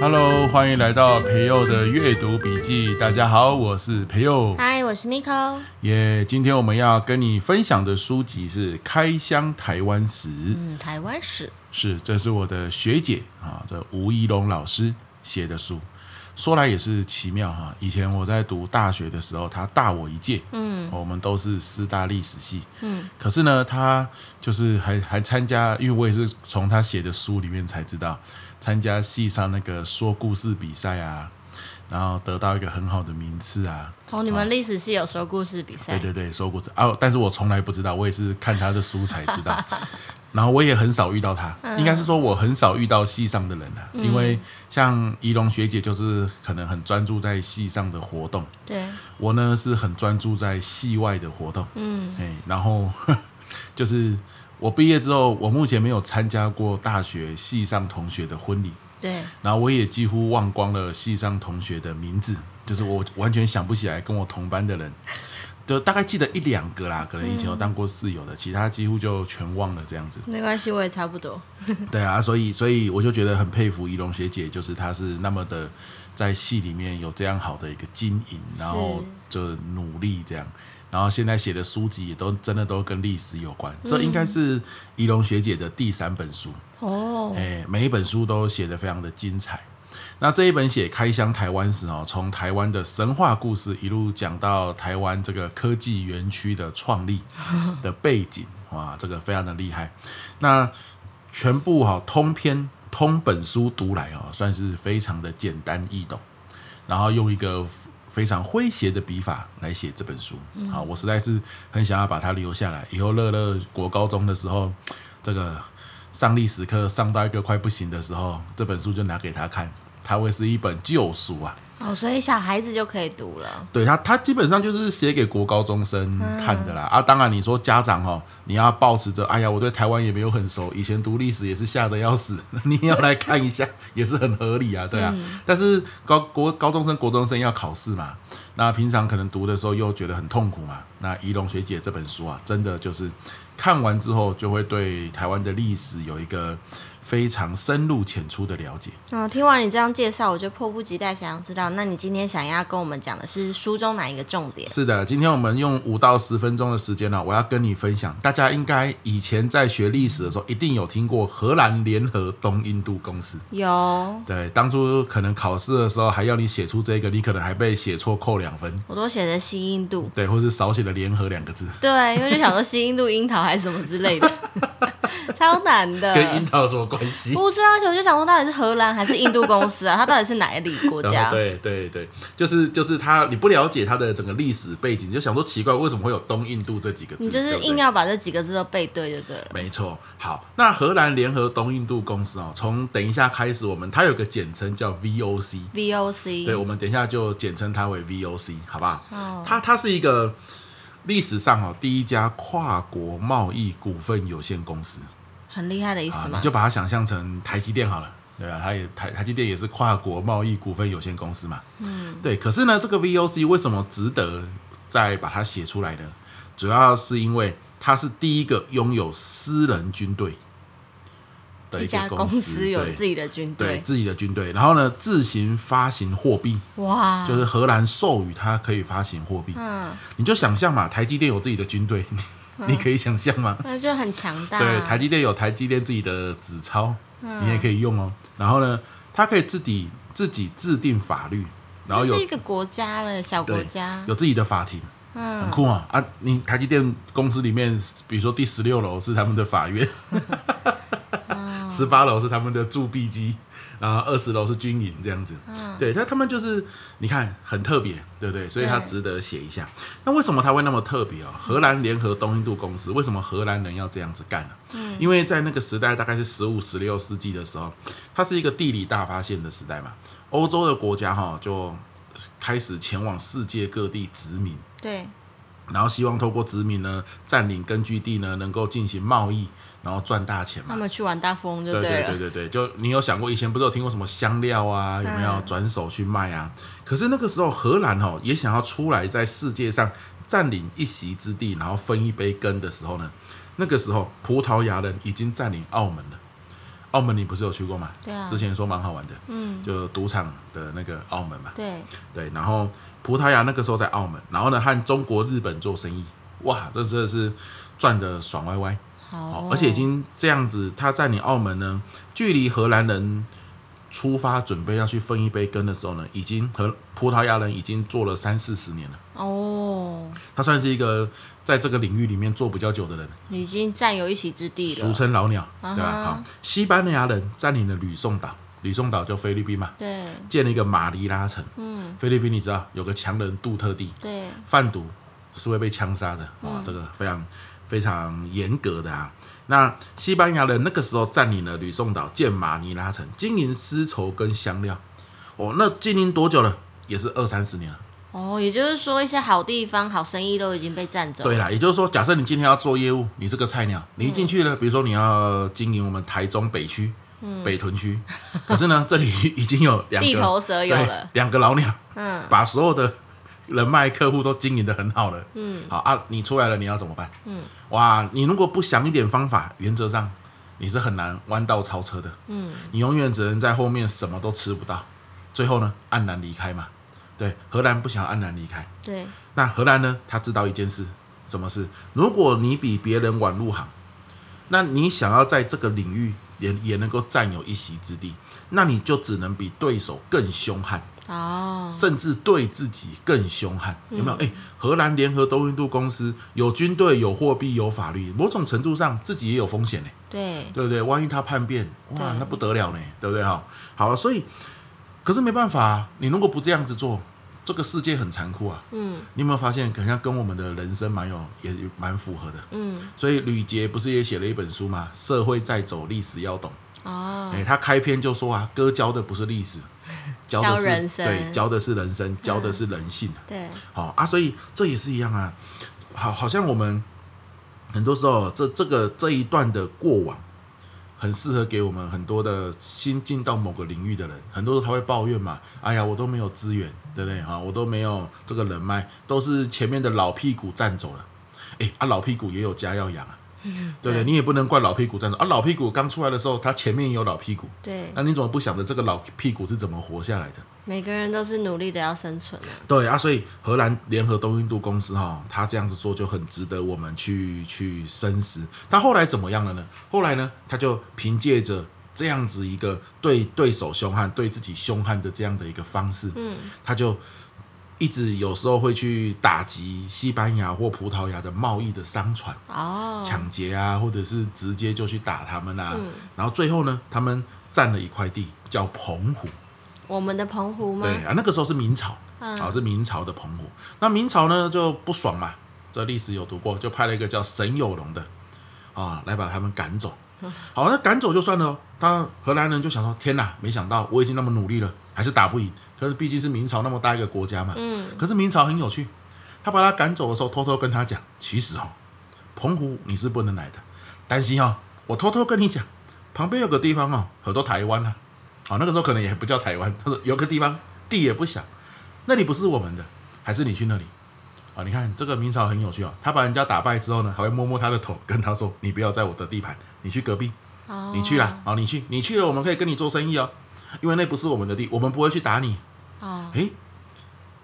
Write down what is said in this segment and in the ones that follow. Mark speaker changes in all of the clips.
Speaker 1: Hello，欢迎来到培佑的阅读笔记。大家好，我是培佑。
Speaker 2: 嗨，我是 Miko。
Speaker 1: 耶、今天我们要跟你分享的书籍是《开箱台湾史》，
Speaker 2: 嗯，台湾史，
Speaker 1: 是这是我的学姐啊，这吴怡龙老师写的书。说来也是奇妙哈、以前我在读大学的时候，她大我一届，
Speaker 2: 嗯
Speaker 1: 我们都是师大历史系。
Speaker 2: 嗯，
Speaker 1: 可是呢，他就是还还参加，因为我也是从他写的书里面才知道，参加系上那个说故事比赛啊，然后得到一个很好的名次啊。
Speaker 2: 哦，你们历史系有说故事比
Speaker 1: 对
Speaker 2: 赛，
Speaker 1: 对对，说故事啊，但是我从来不知道，我也是看他的书才知道。然后我也很少遇到他，应该是说我很少遇到系上的人啊，因为像仪龙学姐就是可能很专注在系上的活动，
Speaker 2: 对
Speaker 1: 我呢是很专注在系外的活动。
Speaker 2: 嗯
Speaker 1: 哎，然后 就是我毕业之后，我目前没有参加过大学系上同学的婚礼，
Speaker 2: 对，
Speaker 1: 然后我也几乎忘光了系上同学的名字，就是我完全想不起来跟我同班的人，就大概记得一两个啦，可能以前有当过室友的，其他几乎就全忘了这样子。
Speaker 2: 没关系，我也差不多。
Speaker 1: 对啊，所以所以我就觉得很佩服仪龙学姐，就是她是那么的在戏里面有这样好的一个经营，然后就努力这样，然后现在写的书籍也都真的都跟历史有关，这应该是仪龙学姐的第三本书，
Speaker 2: 哦，
Speaker 1: 哎、每一本书都写得非常的精彩。那这一本写开箱台湾史哦，从台湾的神话故事一路讲到台湾这个科技园区的创立的背景，哇，这个非常的厉害。那全部哈、通篇通本书读来哦，算是非常的简单易懂，然后用一个非常诙谐的笔法来写这本书。好、我实在是很想要把它留下来，以后乐乐国高中的时候，这个上历史课上到一个快不行的时候，这本书就拿给他看，它会是一本救赎啊。
Speaker 2: 哦，所以小孩子就可以读了。
Speaker 1: 对他，他基本上就是写给国高中生看的啦。啊，当然你说家长哦，你要保持着，哎呀，我对台湾也没有很熟，以前读历史也是吓得要死， 你也要来看一下，也是很合理啊，对啊。但是高国高中生、国中生要考试嘛，那平常可能读的时候又觉得很痛苦嘛。那仪龙学姐这本书啊，真的就是看完之后就会对台湾的历史有一个非常深入浅出的了解。
Speaker 2: 哦，听完你这样介绍，我就迫不及待想要知道，那你今天想要跟我们讲的是书中哪一个重点？
Speaker 1: 是的，今天我们用五到十分钟的时间呢、我要跟你分享。大家应该以前在学历史的时候，一定有听过荷兰联合东印度公司。
Speaker 2: 有，
Speaker 1: 对，当初可能考试的时候还要你写出这个，你可能还被写错扣两分，
Speaker 2: 我都写的西印度，
Speaker 1: 对，或是少写了“联合”两个字，
Speaker 2: 对，因为就想说西印度樱桃还是什么之类 的，超难的。
Speaker 1: 跟樱桃有什么关系？
Speaker 2: 不知道，而呃且我就想说，到底是荷兰还是印度公司啊？它到底是哪里 国
Speaker 1: 然后哦
Speaker 2: 家？
Speaker 1: 对对对，就是就是他，你不了解他的整个历史背景，你就想说奇怪，为什么会有东印度这几个字？
Speaker 2: 你就
Speaker 1: 对
Speaker 2: 是
Speaker 1: 不对
Speaker 2: 硬要把这几个字都背对就对了。
Speaker 1: 没错，好，那荷兰联合东印度公司哦，从等一下开始，我们它有个简称叫 VOC，
Speaker 2: 嗯 VOC，
Speaker 1: 对，我们等一下就简称它为 VOC，好不好？
Speaker 2: 哦，
Speaker 1: 它它是一个历史上哦第一家跨国贸易股份有限公司
Speaker 2: 很厉害的意思
Speaker 1: 啊，
Speaker 2: 吗
Speaker 1: 你？就把它想象成台积电好了，对吧、它也台台积电也是跨国贸易股份有限公司嘛，
Speaker 2: 嗯，
Speaker 1: 对，可是呢，这个 VOC 为什么值得再把它写出来呢？主要是因为它是第一个拥有私人军队的
Speaker 2: 一
Speaker 1: 个
Speaker 2: 家
Speaker 1: 公
Speaker 2: 公司有自
Speaker 1: 对
Speaker 2: 己的军
Speaker 1: 对
Speaker 2: 队，
Speaker 1: 自己的军队，然后呢，自行发行货币，
Speaker 2: 哇，
Speaker 1: 就是荷兰授予它可以发行货币。
Speaker 2: 啊嗯，
Speaker 1: 你就想象嘛，台积电有自己的军队， 你你可以想象吗？
Speaker 2: 那就很强大。
Speaker 1: 对，台积电有台积电自己的纸钞，
Speaker 2: 啊嗯
Speaker 1: 你也可以用哦。然后呢，它可以自己自己制定法律，然后
Speaker 2: 这
Speaker 1: 有
Speaker 2: 是一个国家了，小国
Speaker 1: 对
Speaker 2: 家，
Speaker 1: 有自己的法庭。很
Speaker 2: 嗯，
Speaker 1: 酷啊啊！你台积电公司里面，比如说第十六楼是他们的法院，
Speaker 2: 嗯
Speaker 1: 十八楼是他们的铸币机，然后二十楼是军营这样子。
Speaker 2: 嗯
Speaker 1: 对，那他们就是你看很特别，对不对？所以它
Speaker 2: 对
Speaker 1: 值得写一下。那为什么它会那么特别哦？荷兰联合东印度公司为什么荷兰人要这样子干呢、
Speaker 2: 嗯
Speaker 1: 因为在那个时代，大概是十五、十六世纪的时候，它是一个地理大发现的时代嘛。欧洲的国家哈、就开始前往世界各地殖民。
Speaker 2: 对，
Speaker 1: 然后希望透过殖民呢，占领根据地呢，能够进行贸易，然后赚大钱
Speaker 2: 他
Speaker 1: 嘛。
Speaker 2: 们去玩大富翁就
Speaker 1: 对对对
Speaker 2: 了，
Speaker 1: 对对，就你有想过以前不是有听过什么香料啊，有没有
Speaker 2: 嗯
Speaker 1: 转手去卖啊？可是那个时候荷兰哦也想要出来在世界上占领一席之地，然后分一杯羹的时候呢，那个时候葡萄牙人已经占领澳门了，澳门你不是有去过吗？
Speaker 2: 对啊
Speaker 1: 之前说蛮好玩的，
Speaker 2: 嗯，
Speaker 1: 就赌场的那个澳门嘛。
Speaker 2: 对，
Speaker 1: 对，然后葡萄牙那个时候在澳门，然后呢和中国、日本做生意，哇，这真的是赚的爽歪歪。
Speaker 2: 好
Speaker 1: 哦
Speaker 2: 哦，，
Speaker 1: 而且已经这样子，他在你澳门呢，距离荷兰人出发准备要去分一杯羹的时候呢，已经和葡萄牙人已经做了三四十年了。
Speaker 2: 哦，
Speaker 1: 他算是一个在这个领域里面做比较久的人，
Speaker 2: 已经占有一席之地
Speaker 1: 俗
Speaker 2: 了，
Speaker 1: 称老鸟，
Speaker 2: 啊哈
Speaker 1: 对吧？好，西班牙人占领了吕宋岛，吕宋岛就菲律宾嘛，
Speaker 2: 对，
Speaker 1: 建了一个马尼拉城。
Speaker 2: 嗯，
Speaker 1: 菲律宾你知道有个强人杜特地，
Speaker 2: 对，
Speaker 1: 贩毒是会被枪杀的啊、
Speaker 2: 嗯
Speaker 1: 这个非常非常严格的啊。那西班牙人那个时候占领了吕宋岛，建马尼拉城，经营丝绸跟香料。哦，那经营多久了？也是二三十年了。
Speaker 2: 哦，也就是说一些好地方、好生意都已经被占走，
Speaker 1: 对，啦，也就是说，假设你今天要做业务，你是个菜
Speaker 2: 嗯
Speaker 1: 鸟，你一进去呢，比如说你要经营我们台中北区、
Speaker 2: 嗯
Speaker 1: 北屯区，可是呢，这里已经有两个
Speaker 2: 地头蛇有
Speaker 1: 对
Speaker 2: 了
Speaker 1: 两个老鸟，
Speaker 2: 嗯
Speaker 1: 把所有的人脉客户都经营的很好了。
Speaker 2: 嗯
Speaker 1: 好啊，你出来了，你要怎么办？
Speaker 2: 嗯
Speaker 1: 哇，你如果不想一点方法，原则上你是很难弯道超车的，
Speaker 2: 嗯，
Speaker 1: 你永远只能在后面什么都吃不到，最后呢黯然离开嘛。对，荷兰不想要黯然离开，
Speaker 2: 对，
Speaker 1: 那荷兰呢，他知道一件事，什么事？如果你比别人晚入行，那你想要在这个领域也也能够占有一席之地，那你就只能比对手更凶悍。
Speaker 2: 哦，
Speaker 1: 甚至对自己更凶悍，有没有？
Speaker 2: 嗯
Speaker 1: 哎、荷兰联合东印度公司有军队、有货币、有法律，某种程度上自己也有风险呢，
Speaker 2: 对，
Speaker 1: 对不对？万一他叛变，哇
Speaker 2: 嗯对，
Speaker 1: 那不得了呢，对不对？哈，好啊了，所以可是没办法、啊，你如果不这样子做，这个世界很残酷啊。
Speaker 2: 嗯
Speaker 1: 你有没有发现，好像跟我们的人生蛮有也蛮符合的？
Speaker 2: 嗯，
Speaker 1: 所以吕杰不是也写了一本书吗？《社会在走，历史要懂》。
Speaker 2: 哦
Speaker 1: 哎、，他开篇就说啊，哥教的不是历史，教的是
Speaker 2: 教人生
Speaker 1: 对，教的是人生，教的是人性。
Speaker 2: 对，
Speaker 1: 好、啊，所以这也是一样啊。好，好像我们很多时候，这这个这一段的过往，很适合给我们很多的新进到某个领域的人，很多时候他会抱怨嘛，哎呀，我都没有资源，对不对？哈、我都没有这个人脉，都是前面的老屁股占走了。哎，啊，老屁股也有家要养啊，
Speaker 2: 嗯
Speaker 1: 对不对？你也不能怪老屁股占走啊，老屁股刚出来的时候，他前面也有老屁股，
Speaker 2: 对，
Speaker 1: 那你怎么不想着这个老屁股是怎么活下来的？
Speaker 2: 每个人都是努力的要生存啊，
Speaker 1: 对啊，所以荷兰联合东印度公司哈、他这样子做就很值得我们去去深思。他后来怎么样了呢？后来呢，他就凭借着这样子一个对对手凶悍、对自己凶悍的这样的一个方式，
Speaker 2: 嗯
Speaker 1: 他就一直有时候会去打击西班牙或葡萄牙的贸易的商船。
Speaker 2: 哦，
Speaker 1: 抢劫啊，或者是直接就去打他们啊，
Speaker 2: 嗯
Speaker 1: 然后最后呢，他们占了一块地叫澎湖，
Speaker 2: 我们的澎湖吗？
Speaker 1: 对啊，那个时候是明朝，
Speaker 2: 嗯
Speaker 1: 啊，是明朝的澎湖。那明朝呢就不爽嘛，这历史有读过，就派了一个叫沈有荣的啊，来把他们赶走。好，那赶走就算了哦。他荷兰人就想说：天哪，没想到我已经那么努力了，还是打不赢。可是毕竟是明朝那么大一个国家嘛。
Speaker 2: 嗯，
Speaker 1: 可是明朝很有趣，他把他赶走的时候，偷偷跟他讲：其实哦，澎湖你是不能来的，担心哦。我偷偷跟你讲，旁边有个地方哦，很多台湾啊。好、那个时候可能也不叫台湾， 他说有个地方地也不小，那里不是我们的，还是你去那里？啊、你看这个明朝很有趣哦，他把人家打败之后呢，还会摸摸他的头，跟他说：“你不要在我的地盘，你去隔壁，
Speaker 2: 哦
Speaker 1: 你去啦，啊、你去，你去了，我们可以跟你做生意哦，因为那不是我们的地，我们不会去打你。”
Speaker 2: 哦，
Speaker 1: 诶，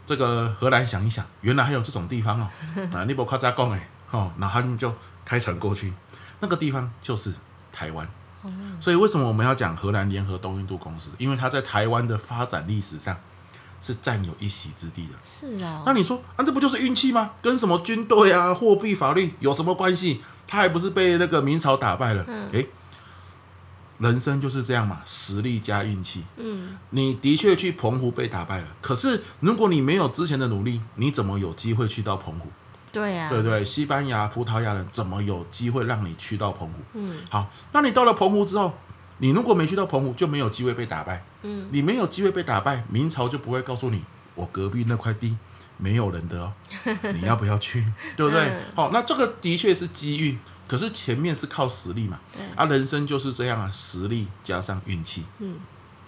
Speaker 1: 这个荷兰想一想，原来还有这种地方哦，啊，你不夸张讲哎，哦，然后他们就开船过去，那个地方就是台湾。
Speaker 2: 嗯
Speaker 1: 所以为什么我们要讲荷兰联合东印度公司？因为它在台湾的发展历史上是占有一席之地的。
Speaker 2: 是哦，
Speaker 1: 那你说啊，这不就是运气吗？跟什么军队啊、货币、法律有什么关系？他还不是被那个明朝打败了？
Speaker 2: 嗯
Speaker 1: 诶，人生就是这样嘛，实力加运气。
Speaker 2: 嗯
Speaker 1: 你的确去澎湖被打败了，可是如果你没有之前的努力，你怎么有机会去到澎湖？
Speaker 2: 对啊呀，
Speaker 1: 对不对？西班牙、葡萄牙人怎么有机会让你去到澎湖？
Speaker 2: 嗯
Speaker 1: 好，那你到了澎湖之后，你如果没去到澎湖，就没有机会被打败。
Speaker 2: 嗯
Speaker 1: 你没有机会被打败，明朝就不会告诉你，我隔壁那块地没有人 的哦，你要不要去？对不对
Speaker 2: 嗯？
Speaker 1: 好、那这个的确是机遇，可是前面是靠实力嘛
Speaker 2: 对。
Speaker 1: 啊，人生就是这样啊，实力加上运气。
Speaker 2: 嗯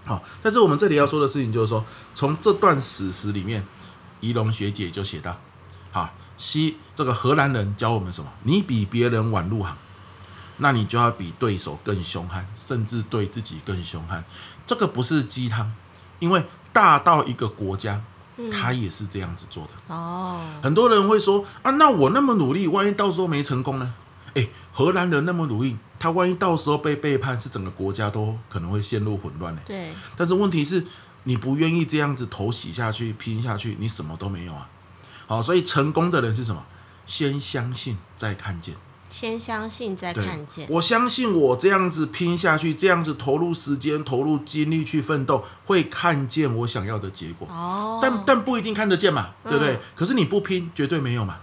Speaker 1: 好、但是我们这里要说的事情就是说，从这段史实里面，仪龙学姐就写到，好、西这个荷兰人教我们什么？你比别人晚入行，那你就要比对手更凶悍，甚至对自己更凶悍。这个不是鸡汤，因为大到一个国家，他也是这样子做的。
Speaker 2: 哦，
Speaker 1: 很多人会说啊，那我那么努力，万一到时候没成功呢？诶，荷兰人那么努力，他万一到时候被背叛，是整个国家都可能会陷入混乱呢。
Speaker 2: 对，
Speaker 1: 但是问题是，你不愿意这样子头洗下去、拼下去，你什么都没有啊。好，所以成功的人是什么？先相信，再看见。
Speaker 2: 先相信再
Speaker 1: 对
Speaker 2: 看见，
Speaker 1: 我相信我这样子拼下去，这样子投入时间、投入精力去奋斗，会看见我想要的结果。
Speaker 2: 哦，
Speaker 1: 但但不一定看得见嘛，对不对？
Speaker 2: 嗯
Speaker 1: 可是你不拼，绝对没有嘛。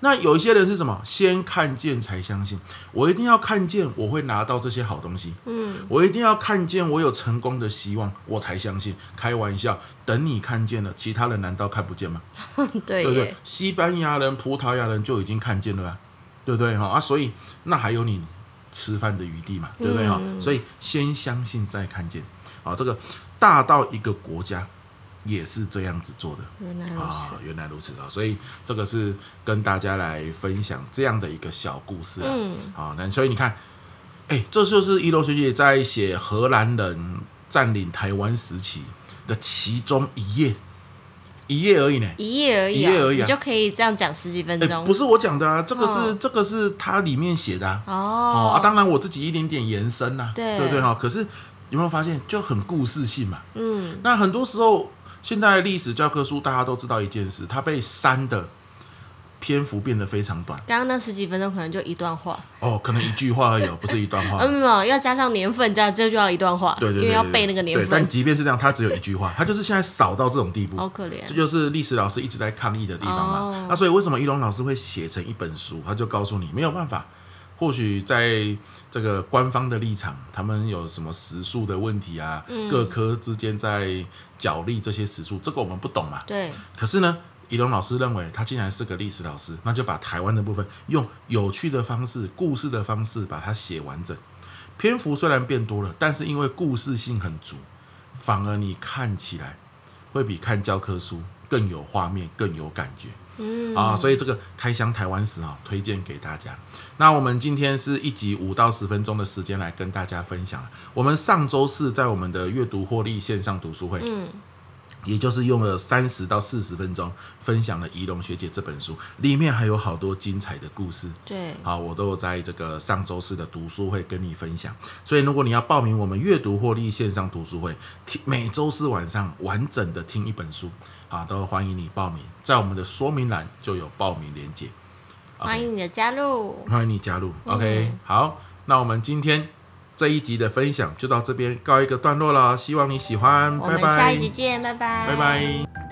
Speaker 1: 那有一些人是什么？先看见才相信。我一定要看见，我会拿到这些好东西。
Speaker 2: 嗯，
Speaker 1: 我一定要看见我有成功的希望，我才相信。开玩笑，等你看见了，其他人难道看不见吗？
Speaker 2: 对
Speaker 1: 对不对
Speaker 2: 耶，？
Speaker 1: 西班牙人、葡萄牙人就已经看见了、啊，对不对？哈啊，所以那还有你吃饭的余地嘛，对不对？哈、
Speaker 2: 嗯
Speaker 1: 所以先相信再看见。啊，这个大到一个国家也是这样子做的。
Speaker 2: 原来如
Speaker 1: 啊
Speaker 2: 此，，
Speaker 1: 原来如此啊！所以这个是跟大家来分享这样的一个小故事啊。
Speaker 2: 嗯
Speaker 1: 好，那所以你看，哎，这就是一楼学姐在写荷兰人占领台湾时期的其中一页，一页而已呢。
Speaker 2: 一页而已啊，
Speaker 1: 一页而已啊
Speaker 2: 你就可以这样讲十几分
Speaker 1: 哎，
Speaker 2: 钟，
Speaker 1: 不是我讲的啊，这个是、
Speaker 2: 哦
Speaker 1: 这个是它里面写的啊。
Speaker 2: 哦
Speaker 1: 啊，当然我自己一点点延伸啦、
Speaker 2: 对
Speaker 1: 对不对哈、可是有没有发现就很故事性嘛？
Speaker 2: 嗯，
Speaker 1: 那很多时候，现在历史教科书大家都知道一件事，它被删的篇幅变得非常短
Speaker 2: 刚刚那十几分钟可能就一段话，
Speaker 1: 哦，可能一句话而已哦，不是一段话。
Speaker 2: 嗯，没有，要加上年份，这样这就要一段话，
Speaker 1: 对对对对
Speaker 2: 因为要背那个年
Speaker 1: 对，但
Speaker 2: 份，
Speaker 1: 即便是这样，它只有一句话，它就是现在少到这种地步。
Speaker 2: 好可
Speaker 1: 这
Speaker 2: 怜，
Speaker 1: 就是历史老师一直在抗议的地方嘛。
Speaker 2: 哦
Speaker 1: 那所以为什么一龙老师会写成一本书？他就告诉你没有办法。或许在这个官方的立场，他们有什么时数的问题啊，
Speaker 2: 嗯
Speaker 1: 各科之间在角力这些时数，这个我们不懂嘛。
Speaker 2: 对，
Speaker 1: 可是呢，仪龙老师认为他既然是个历史老师，那就把台湾的部分用有趣的方式、故事的方式把它写完整。篇幅虽然变多了，但是因为故事性很足，反而你看起来会比看教科书更有画面、更有感觉。
Speaker 2: 嗯
Speaker 1: 啊，所以这个开箱台湾史啊，推荐给大家。那我们今天是一集五到十分钟的时间来跟大家分享了。我们上周四在我们的阅读获利线上读书会，
Speaker 2: 嗯，
Speaker 1: 也就是用了三十到四十分钟分享了仪龙学姐这本书，里面还有好多精彩的故事。
Speaker 2: 对，
Speaker 1: 好，我都有在这个上周四的读书会跟你分享，所以如果你要报名我们阅读获利线上读书会，听每周四晚上完整的听一本书，啊，都欢迎你报名，在我们的说明栏就有报名链接，
Speaker 2: 欢迎你的加入，
Speaker 1: 欢迎你加入。
Speaker 2: 嗯
Speaker 1: OK，好，那我们今天这一集的分享就到这边告一个段落了，希望你喜欢，
Speaker 2: 我
Speaker 1: 拜
Speaker 2: 们
Speaker 1: 拜，
Speaker 2: 下一集见，拜拜，
Speaker 1: 拜拜。